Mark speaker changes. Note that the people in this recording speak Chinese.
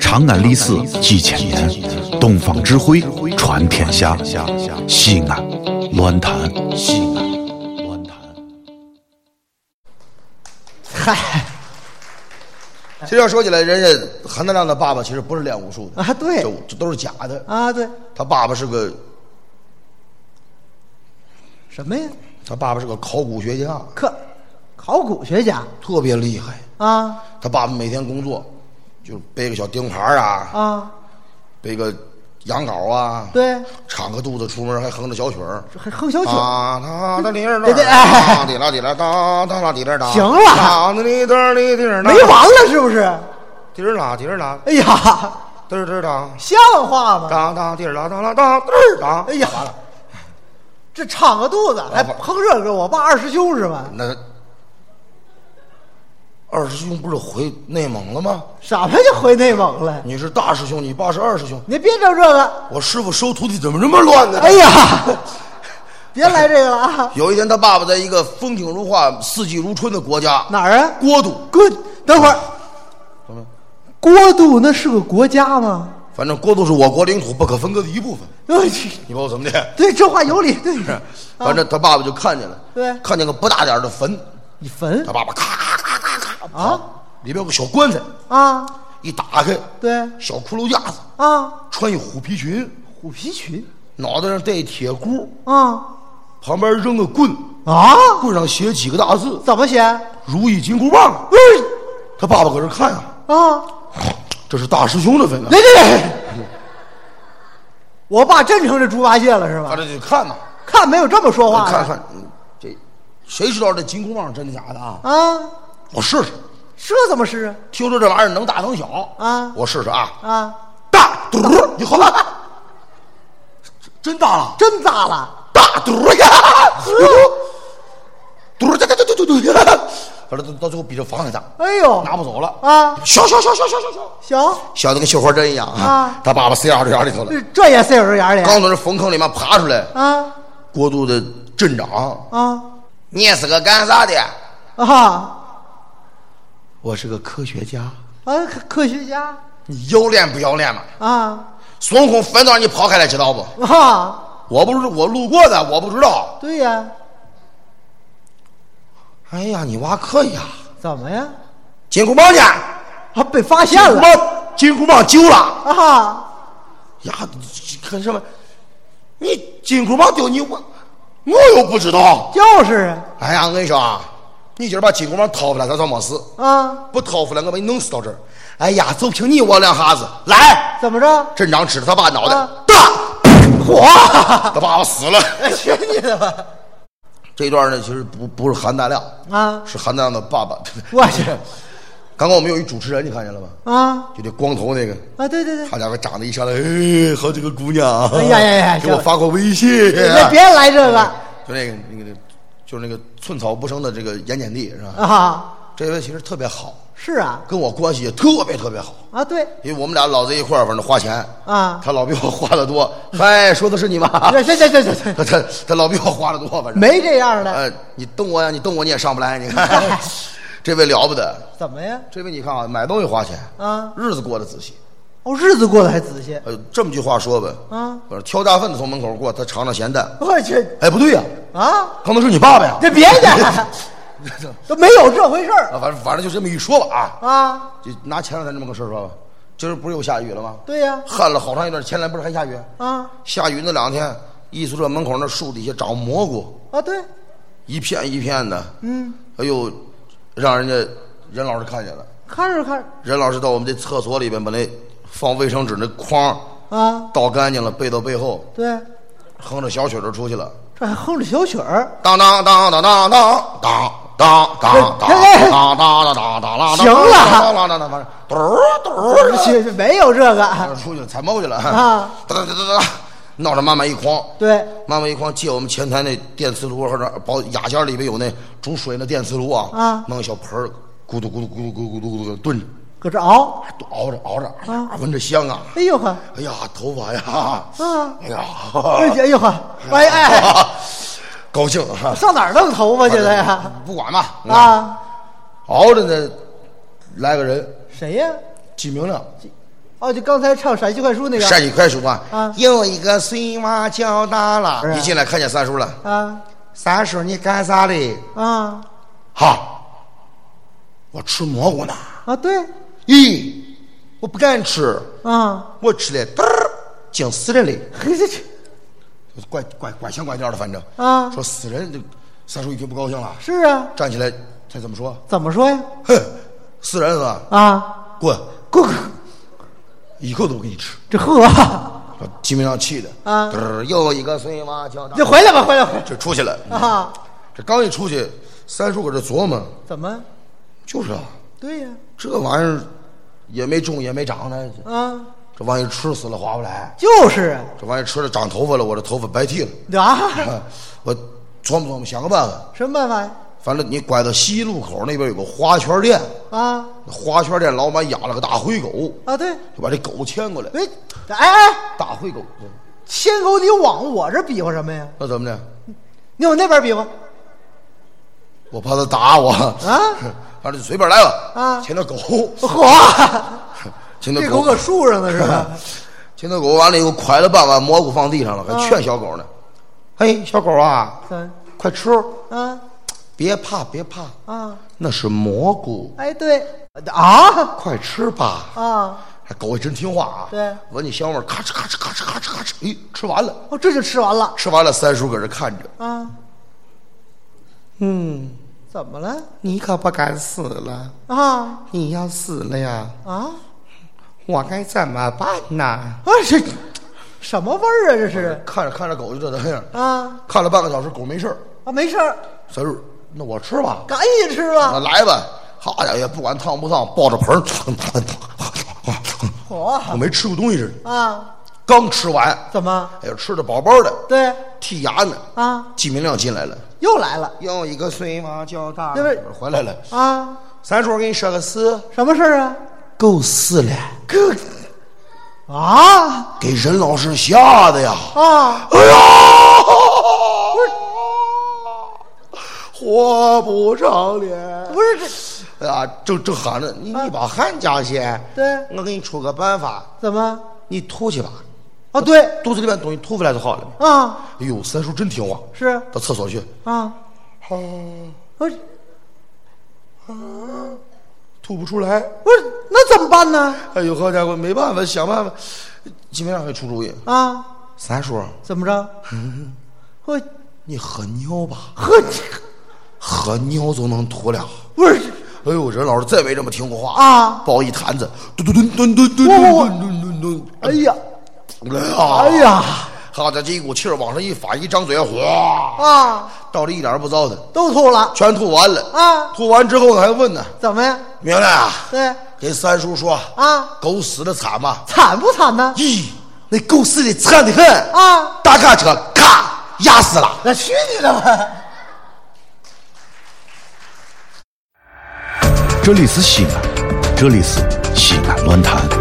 Speaker 1: 长安历史几千年，东方智慧传天下。西安，乱谈西安，乱谈。
Speaker 2: 嗨，
Speaker 3: 其实要说起来，人家韩德亮的爸爸其实不是练武术的
Speaker 2: 啊对
Speaker 3: 这这都是假的。
Speaker 2: 啊，对，
Speaker 3: 他爸爸是个
Speaker 2: 什么呀？
Speaker 3: 他爸爸是个考古学家，
Speaker 2: 科考古学家
Speaker 3: 特别厉害。
Speaker 2: 啊
Speaker 3: 他爸爸每天工作就是背个小钉耙啊，
Speaker 2: 啊，
Speaker 3: 背个羊羔啊，
Speaker 2: 对，
Speaker 3: 敞个肚子出门还哼着小曲儿。
Speaker 2: 还哼小曲儿，
Speaker 3: 哒哒哒铃儿
Speaker 2: 对对哎
Speaker 3: 哒，滴啦滴啦哒哒啦滴啦哒。
Speaker 2: 行了
Speaker 3: 哒哒滴哒滴滴儿哒
Speaker 2: 没完了是不是？
Speaker 3: 滴儿啦滴儿啦，
Speaker 2: 哎呀，
Speaker 3: 嘚儿嘚儿哒，
Speaker 2: 像话吗？
Speaker 3: 哒哒滴儿啦哒啦哒嘚儿哒
Speaker 2: 哎。呀，这敞个肚子还
Speaker 3: 完了
Speaker 2: 哼这个，我爸二师兄是吗？
Speaker 3: 那二师兄不是回内蒙了吗？
Speaker 2: 什么就回内蒙了？
Speaker 3: 你是大师兄，你爸是二师兄。
Speaker 2: 你别整这个！
Speaker 3: 我师傅收徒弟怎么这么乱呢？
Speaker 2: 哎呀，别来这个了啊！
Speaker 3: 有一天，他爸爸在一个风景如画、四季如春的国家，
Speaker 2: 哪儿啊？
Speaker 3: 郭都，
Speaker 2: 郭，等会儿，郭度那是个国家吗？
Speaker 3: 反正郭都是我国领土不可分割的一部分。
Speaker 2: 我去，
Speaker 3: 你把我怎么的？
Speaker 2: 对，这话有理，对，啊
Speaker 3: 反正他爸爸就看见了，
Speaker 2: 嗯对
Speaker 3: 看见个不大点儿的坟，
Speaker 2: 你坟
Speaker 3: 他爸爸咔咔咔咔咔，
Speaker 2: 啊
Speaker 3: 里边有个小棺材，
Speaker 2: 啊，
Speaker 3: 一打开，
Speaker 2: 对
Speaker 3: 小骷髅架子，
Speaker 2: 啊，
Speaker 3: 穿一虎皮裙，
Speaker 2: 虎皮裙
Speaker 3: 脑袋上戴一铁箍，
Speaker 2: 啊
Speaker 3: 旁边扔个棍，
Speaker 2: 啊，
Speaker 3: 棍上写几个大字
Speaker 2: 怎么写？
Speaker 3: “如意金箍棒
Speaker 2: 不是”。
Speaker 3: 他爸爸搁这看啊，
Speaker 2: 啊，
Speaker 3: 这是大师兄的坟啊
Speaker 2: 来，来来， 我爸真成这猪八戒了是
Speaker 3: 他
Speaker 2: 吧？
Speaker 3: 这就看嘛，
Speaker 2: 看没有这么说话的，
Speaker 3: 看看，嗯这谁知道这金箍棒真的假的啊？
Speaker 2: 啊，
Speaker 3: 我试试，
Speaker 2: 这怎么是
Speaker 3: 听说这玩意儿能大能小
Speaker 2: 啊
Speaker 3: 我试试啊，
Speaker 2: 啊？
Speaker 3: 大嘟，你好大，真大了，
Speaker 2: 真砸了
Speaker 3: 大嘟呀，嘟，嘟，嘟嘟嘟嘟嘟，反正到到最后比这房还大，
Speaker 2: 哎呦
Speaker 3: 拿不走了
Speaker 2: 啊
Speaker 3: 小小小小小小小，
Speaker 2: 行，
Speaker 3: 小的跟绣花针一样
Speaker 2: 啊
Speaker 3: 他爸爸塞耳朵眼里头了
Speaker 2: 这，这也塞人眼里
Speaker 3: 刚从这缝坑里面爬出来，
Speaker 2: 啊
Speaker 3: 国度的镇长，
Speaker 2: 啊
Speaker 3: 你是个干啥的？
Speaker 2: 啊
Speaker 3: 我是个科学家。
Speaker 2: 啊！科科学家
Speaker 3: 你要脸不要脸嘛？
Speaker 2: 啊
Speaker 3: 孙悟空坟都让你刨开了，知道不？
Speaker 2: 啊，
Speaker 3: 我不是我路过的，我不知道。
Speaker 2: 对呀，
Speaker 3: 哎呀，你娃可以啊！
Speaker 2: 怎么呀？
Speaker 3: 金箍棒呢？
Speaker 2: 啊，被发现
Speaker 3: 金箍
Speaker 2: 了
Speaker 3: 棒，金箍棒丢了
Speaker 2: 啊！
Speaker 3: 呀！看什么？你金箍棒丢你我，我又不知道。
Speaker 2: 就是
Speaker 3: 哎呀，我跟你说啊，你今儿把金箍棒掏出来，咱算没事；
Speaker 2: 啊，
Speaker 3: 不掏出来，我把你弄死到这儿。哎呀，就凭你我两下子，来！
Speaker 2: 怎么着？
Speaker 3: 镇长指着他爸脑袋
Speaker 2: 啊， 哎
Speaker 3: 大火，他爸爸死了。
Speaker 2: 去你的吧！
Speaker 3: 这段呢，其实不不是韩大亮，
Speaker 2: 啊
Speaker 3: 是韩大亮的爸爸。
Speaker 2: 我去
Speaker 3: 刚刚我们有一主持人，你看见了吗？
Speaker 2: 啊
Speaker 3: 就这光头那个，
Speaker 2: 啊！对对对，
Speaker 3: 他家伙长得一上来，哎，好几个姑娘，
Speaker 2: 哎呀呀呀
Speaker 3: 给我发过微信，啊
Speaker 2: 那别来这个。
Speaker 3: 就那个那个，就是那个寸草不生的这个盐碱地是吧？
Speaker 2: 啊，
Speaker 3: 这位其实特别好，
Speaker 2: 是啊，
Speaker 3: 跟我关系也特别特别好，
Speaker 2: 啊对，
Speaker 3: 因为我们俩老在一块儿，反正花钱
Speaker 2: 啊
Speaker 3: 他老比我花的多。嗨，说的是你吗？
Speaker 2: 这这这这这这
Speaker 3: 他 他他老比我花的多，反正
Speaker 2: 没这样的，
Speaker 3: 呃，你动我呀，你动我你也上不来，你看， 这位了不得，
Speaker 2: 怎么呀？
Speaker 3: 这位你看啊，买东西花钱
Speaker 2: 啊
Speaker 3: 日子过得仔细。
Speaker 2: 哦，日子过得还仔细，
Speaker 3: 呃，这么句话说吧，
Speaker 2: 啊
Speaker 3: 反正挑大粪的从门口过，他尝尝咸淡。
Speaker 2: 我去
Speaker 3: 哎，不对呀、
Speaker 2: 啊，
Speaker 3: 可能是你爸爸 呀。
Speaker 2: 这别介，都没有这回事儿
Speaker 3: 啊，反正反正就这么一说吧啊，
Speaker 2: 啊，
Speaker 3: 就拿前两天这么个事儿说吧，今儿不是又下雨了吗？
Speaker 2: 对呀，
Speaker 3: 旱了好长一段，前两天不是还下雨？
Speaker 2: 啊
Speaker 3: 下雨那两天，艺术社门口那树底下长蘑菇，
Speaker 2: 啊对，
Speaker 3: 一片一片的，
Speaker 2: 嗯，
Speaker 3: 哎呦，让人家任老师看见了。
Speaker 2: 看着看着
Speaker 3: 任老师到我们这厕所里边，把那放卫生纸那筐
Speaker 2: 啊，
Speaker 3: 倒干净了，背到背后，
Speaker 2: 对，
Speaker 3: 哼着小曲儿就出去了。
Speaker 2: 这还哼着小曲儿，
Speaker 3: 当当当当当当当。当当当当当当当当当，当当当当，嘟嘟，
Speaker 2: 去 没有这个，
Speaker 3: 出去了，踩猫去了，
Speaker 2: 啊，
Speaker 3: 哒哒哒哒哒，闹着妈妈一筐，
Speaker 2: 对，
Speaker 3: 妈妈一筐借我们前台那电磁炉或者保雅间里边有那煮水那电磁炉啊，
Speaker 2: 啊
Speaker 3: 弄个小盆儿，咕嘟咕嘟咕嘟咕嘟咕嘟咕嘟炖着，
Speaker 2: 搁这熬，
Speaker 3: 熬着熬着，哎呀，闻着香啊，
Speaker 2: 哎呦呵，
Speaker 3: 哎呀，头发呀，
Speaker 2: 啊
Speaker 3: 哎呀，
Speaker 2: 哎呀哎呦呵，哎哎，哎
Speaker 3: 高兴啊！
Speaker 2: 上哪儿弄头发去了呀？
Speaker 3: 不管嘛，
Speaker 2: 啊，
Speaker 3: 熬着呢，来个人，
Speaker 2: 谁呀？
Speaker 3: 季明亮，
Speaker 2: 哦，就刚才唱陕西快书那个。
Speaker 3: 陕西快书啊，
Speaker 2: 啊
Speaker 3: 又一个水娃叫大
Speaker 2: 是
Speaker 3: 了，
Speaker 2: 啊
Speaker 3: 一进来看见三叔了，
Speaker 2: 啊
Speaker 3: 三叔你干啥嘞？
Speaker 2: 啊
Speaker 3: 哈，我吃蘑菇呢。
Speaker 2: 啊！对
Speaker 3: 咦，我不敢吃，
Speaker 2: 啊，
Speaker 3: 我吃了，嘚儿，惊死人嘞！
Speaker 2: 嘿这这
Speaker 3: 怪怪怪香怪调的，反正
Speaker 2: 啊
Speaker 3: 说死人，这三叔一听不高兴了，
Speaker 2: 是啊，
Speaker 3: 站起来，他怎么说？
Speaker 2: 怎么说呀？
Speaker 3: 哼，死人是吧？
Speaker 2: 啊，
Speaker 3: 滚，
Speaker 2: 过过
Speaker 3: 一口都不给你吃！
Speaker 2: 这喝啊，
Speaker 3: 把金明章气的，
Speaker 2: 啊
Speaker 3: 嘚儿，又一个碎娃叫大
Speaker 2: 你，回来吧，回来回来
Speaker 3: 就出去了。
Speaker 2: 啊！
Speaker 3: 这刚一出去，三叔搁这琢磨，
Speaker 2: 怎么？
Speaker 3: 就是啊，
Speaker 2: 对呀、
Speaker 3: 这玩意儿也没种也没长的，
Speaker 2: 啊，
Speaker 3: 这玩意儿吃死了划不来，
Speaker 2: 就是啊
Speaker 3: 这玩意儿吃了长头发了，我这头发白剃了。
Speaker 2: 啊，
Speaker 3: 啊我琢磨琢磨，想个办法。
Speaker 2: 什么办法呀？
Speaker 3: 反正你拐到西路口那边有个花圈店，
Speaker 2: 啊
Speaker 3: 花圈店老板养了个大灰狗，
Speaker 2: 啊，对，
Speaker 3: 就把这狗牵过来。
Speaker 2: 哎哎哎，
Speaker 3: 大灰狗，嗯
Speaker 2: 牵狗你往我这比划什么呀？
Speaker 3: 那怎么的？
Speaker 2: 你往那边比划
Speaker 3: 我怕他打我
Speaker 2: 啊！
Speaker 3: 反正就随便来吧。
Speaker 2: 啊
Speaker 3: 牵到狗，
Speaker 2: 嚯，
Speaker 3: 牵到
Speaker 2: 这狗搁树上呢是吧？
Speaker 3: 牵到狗，完了以后蒯了半碗蘑菇放地上了，还劝小狗呢。嘿，小狗啊，
Speaker 2: 嗯
Speaker 3: 快吃，
Speaker 2: 啊
Speaker 3: 别怕，别怕，
Speaker 2: 啊，
Speaker 3: 那是蘑菇，
Speaker 2: 哎对啊
Speaker 3: 快吃吧。
Speaker 2: 啊，
Speaker 3: 哎狗还真听话啊！
Speaker 2: 对
Speaker 3: 闻你香味儿，咔哧咔哧咔哧咔哧咔哧，咦，吃完了。
Speaker 2: 哦这就吃完了
Speaker 3: 吃完了，三叔搁这看着，
Speaker 2: 啊，
Speaker 4: 嗯，
Speaker 2: 怎么了
Speaker 4: 你可不敢死了，
Speaker 2: 啊
Speaker 4: 你要死了呀，
Speaker 2: 啊
Speaker 4: 我该怎么办呢？
Speaker 2: 啊这什么味儿啊这是
Speaker 3: 看着看着狗就这德行，
Speaker 2: 啊
Speaker 3: 看了半个小时，狗没事儿。
Speaker 2: 啊没事儿，
Speaker 3: 三叔，那我吃吧，
Speaker 2: 赶紧吃
Speaker 3: 那
Speaker 2: 吧，
Speaker 3: 来吧。好家伙，也不管烫不烫，抱着盆儿，我
Speaker 2: 嚯
Speaker 3: 没吃过东西似的。
Speaker 2: 啊
Speaker 3: 刚吃完，
Speaker 2: 怎么
Speaker 3: 哎呦，吃的饱饱的，
Speaker 2: 对
Speaker 3: 剔牙呢。
Speaker 2: 啊
Speaker 3: 季明亮进来了，
Speaker 2: 又来了
Speaker 3: 又一个碎娃叫大
Speaker 2: 那边
Speaker 3: 回来了。
Speaker 2: 啊
Speaker 3: 三叔，我给你说个事，
Speaker 2: 什么事儿啊
Speaker 3: 够事了，
Speaker 2: 啊
Speaker 3: 给任老师吓的呀。
Speaker 2: 啊
Speaker 3: 哎呀，活不成了！
Speaker 2: 不是这
Speaker 3: 哎呀，正正喊着你，你把汗加些。
Speaker 2: 对
Speaker 3: 我给你出个办法，
Speaker 2: 怎么
Speaker 3: 你吐去吧，
Speaker 2: 啊对
Speaker 3: 肚子里面东西吐出来就好了。
Speaker 2: 啊
Speaker 3: 哎呦，三叔真听话，
Speaker 2: 是
Speaker 3: 到厕所去，
Speaker 2: 啊不是
Speaker 3: 吐不出来。
Speaker 2: 不是那怎么办呢？
Speaker 3: 哎呦，好家伙，没办法，想办法。金明亮还出主意，
Speaker 2: 啊，
Speaker 3: 三叔，
Speaker 2: 怎么着？我
Speaker 3: 你喝尿吧，
Speaker 2: 呵，
Speaker 3: 喝尿就能吐了。
Speaker 2: 不是
Speaker 3: 哎呦，任老师再没这么听过话
Speaker 2: 啊
Speaker 3: 抱一坛子，蹲蹲蹲蹲蹲
Speaker 2: 我我
Speaker 3: 蹲蹲蹲蹲
Speaker 2: 哎呀，
Speaker 3: 蹲，哎
Speaker 2: 哎
Speaker 3: 呀，
Speaker 2: 呀
Speaker 3: 好家伙，这一股气儿往上一反，一张嘴，哗，
Speaker 2: 啊，
Speaker 3: 倒的一点儿不糟的，
Speaker 2: 都吐了
Speaker 3: 全吐完了。
Speaker 2: 啊？
Speaker 3: 吐完之后还问呢，
Speaker 2: 怎么呀？
Speaker 3: 明亮啊，
Speaker 2: 对
Speaker 3: 给三叔说，
Speaker 2: 啊，
Speaker 3: 狗死的惨吗？
Speaker 2: 惨不惨呢？
Speaker 3: 咦，那狗死的惨的很
Speaker 2: 啊，
Speaker 3: 大卡车咔压死了。
Speaker 2: 那去你的吧！
Speaker 1: 这里是西安，这里是西安论坛。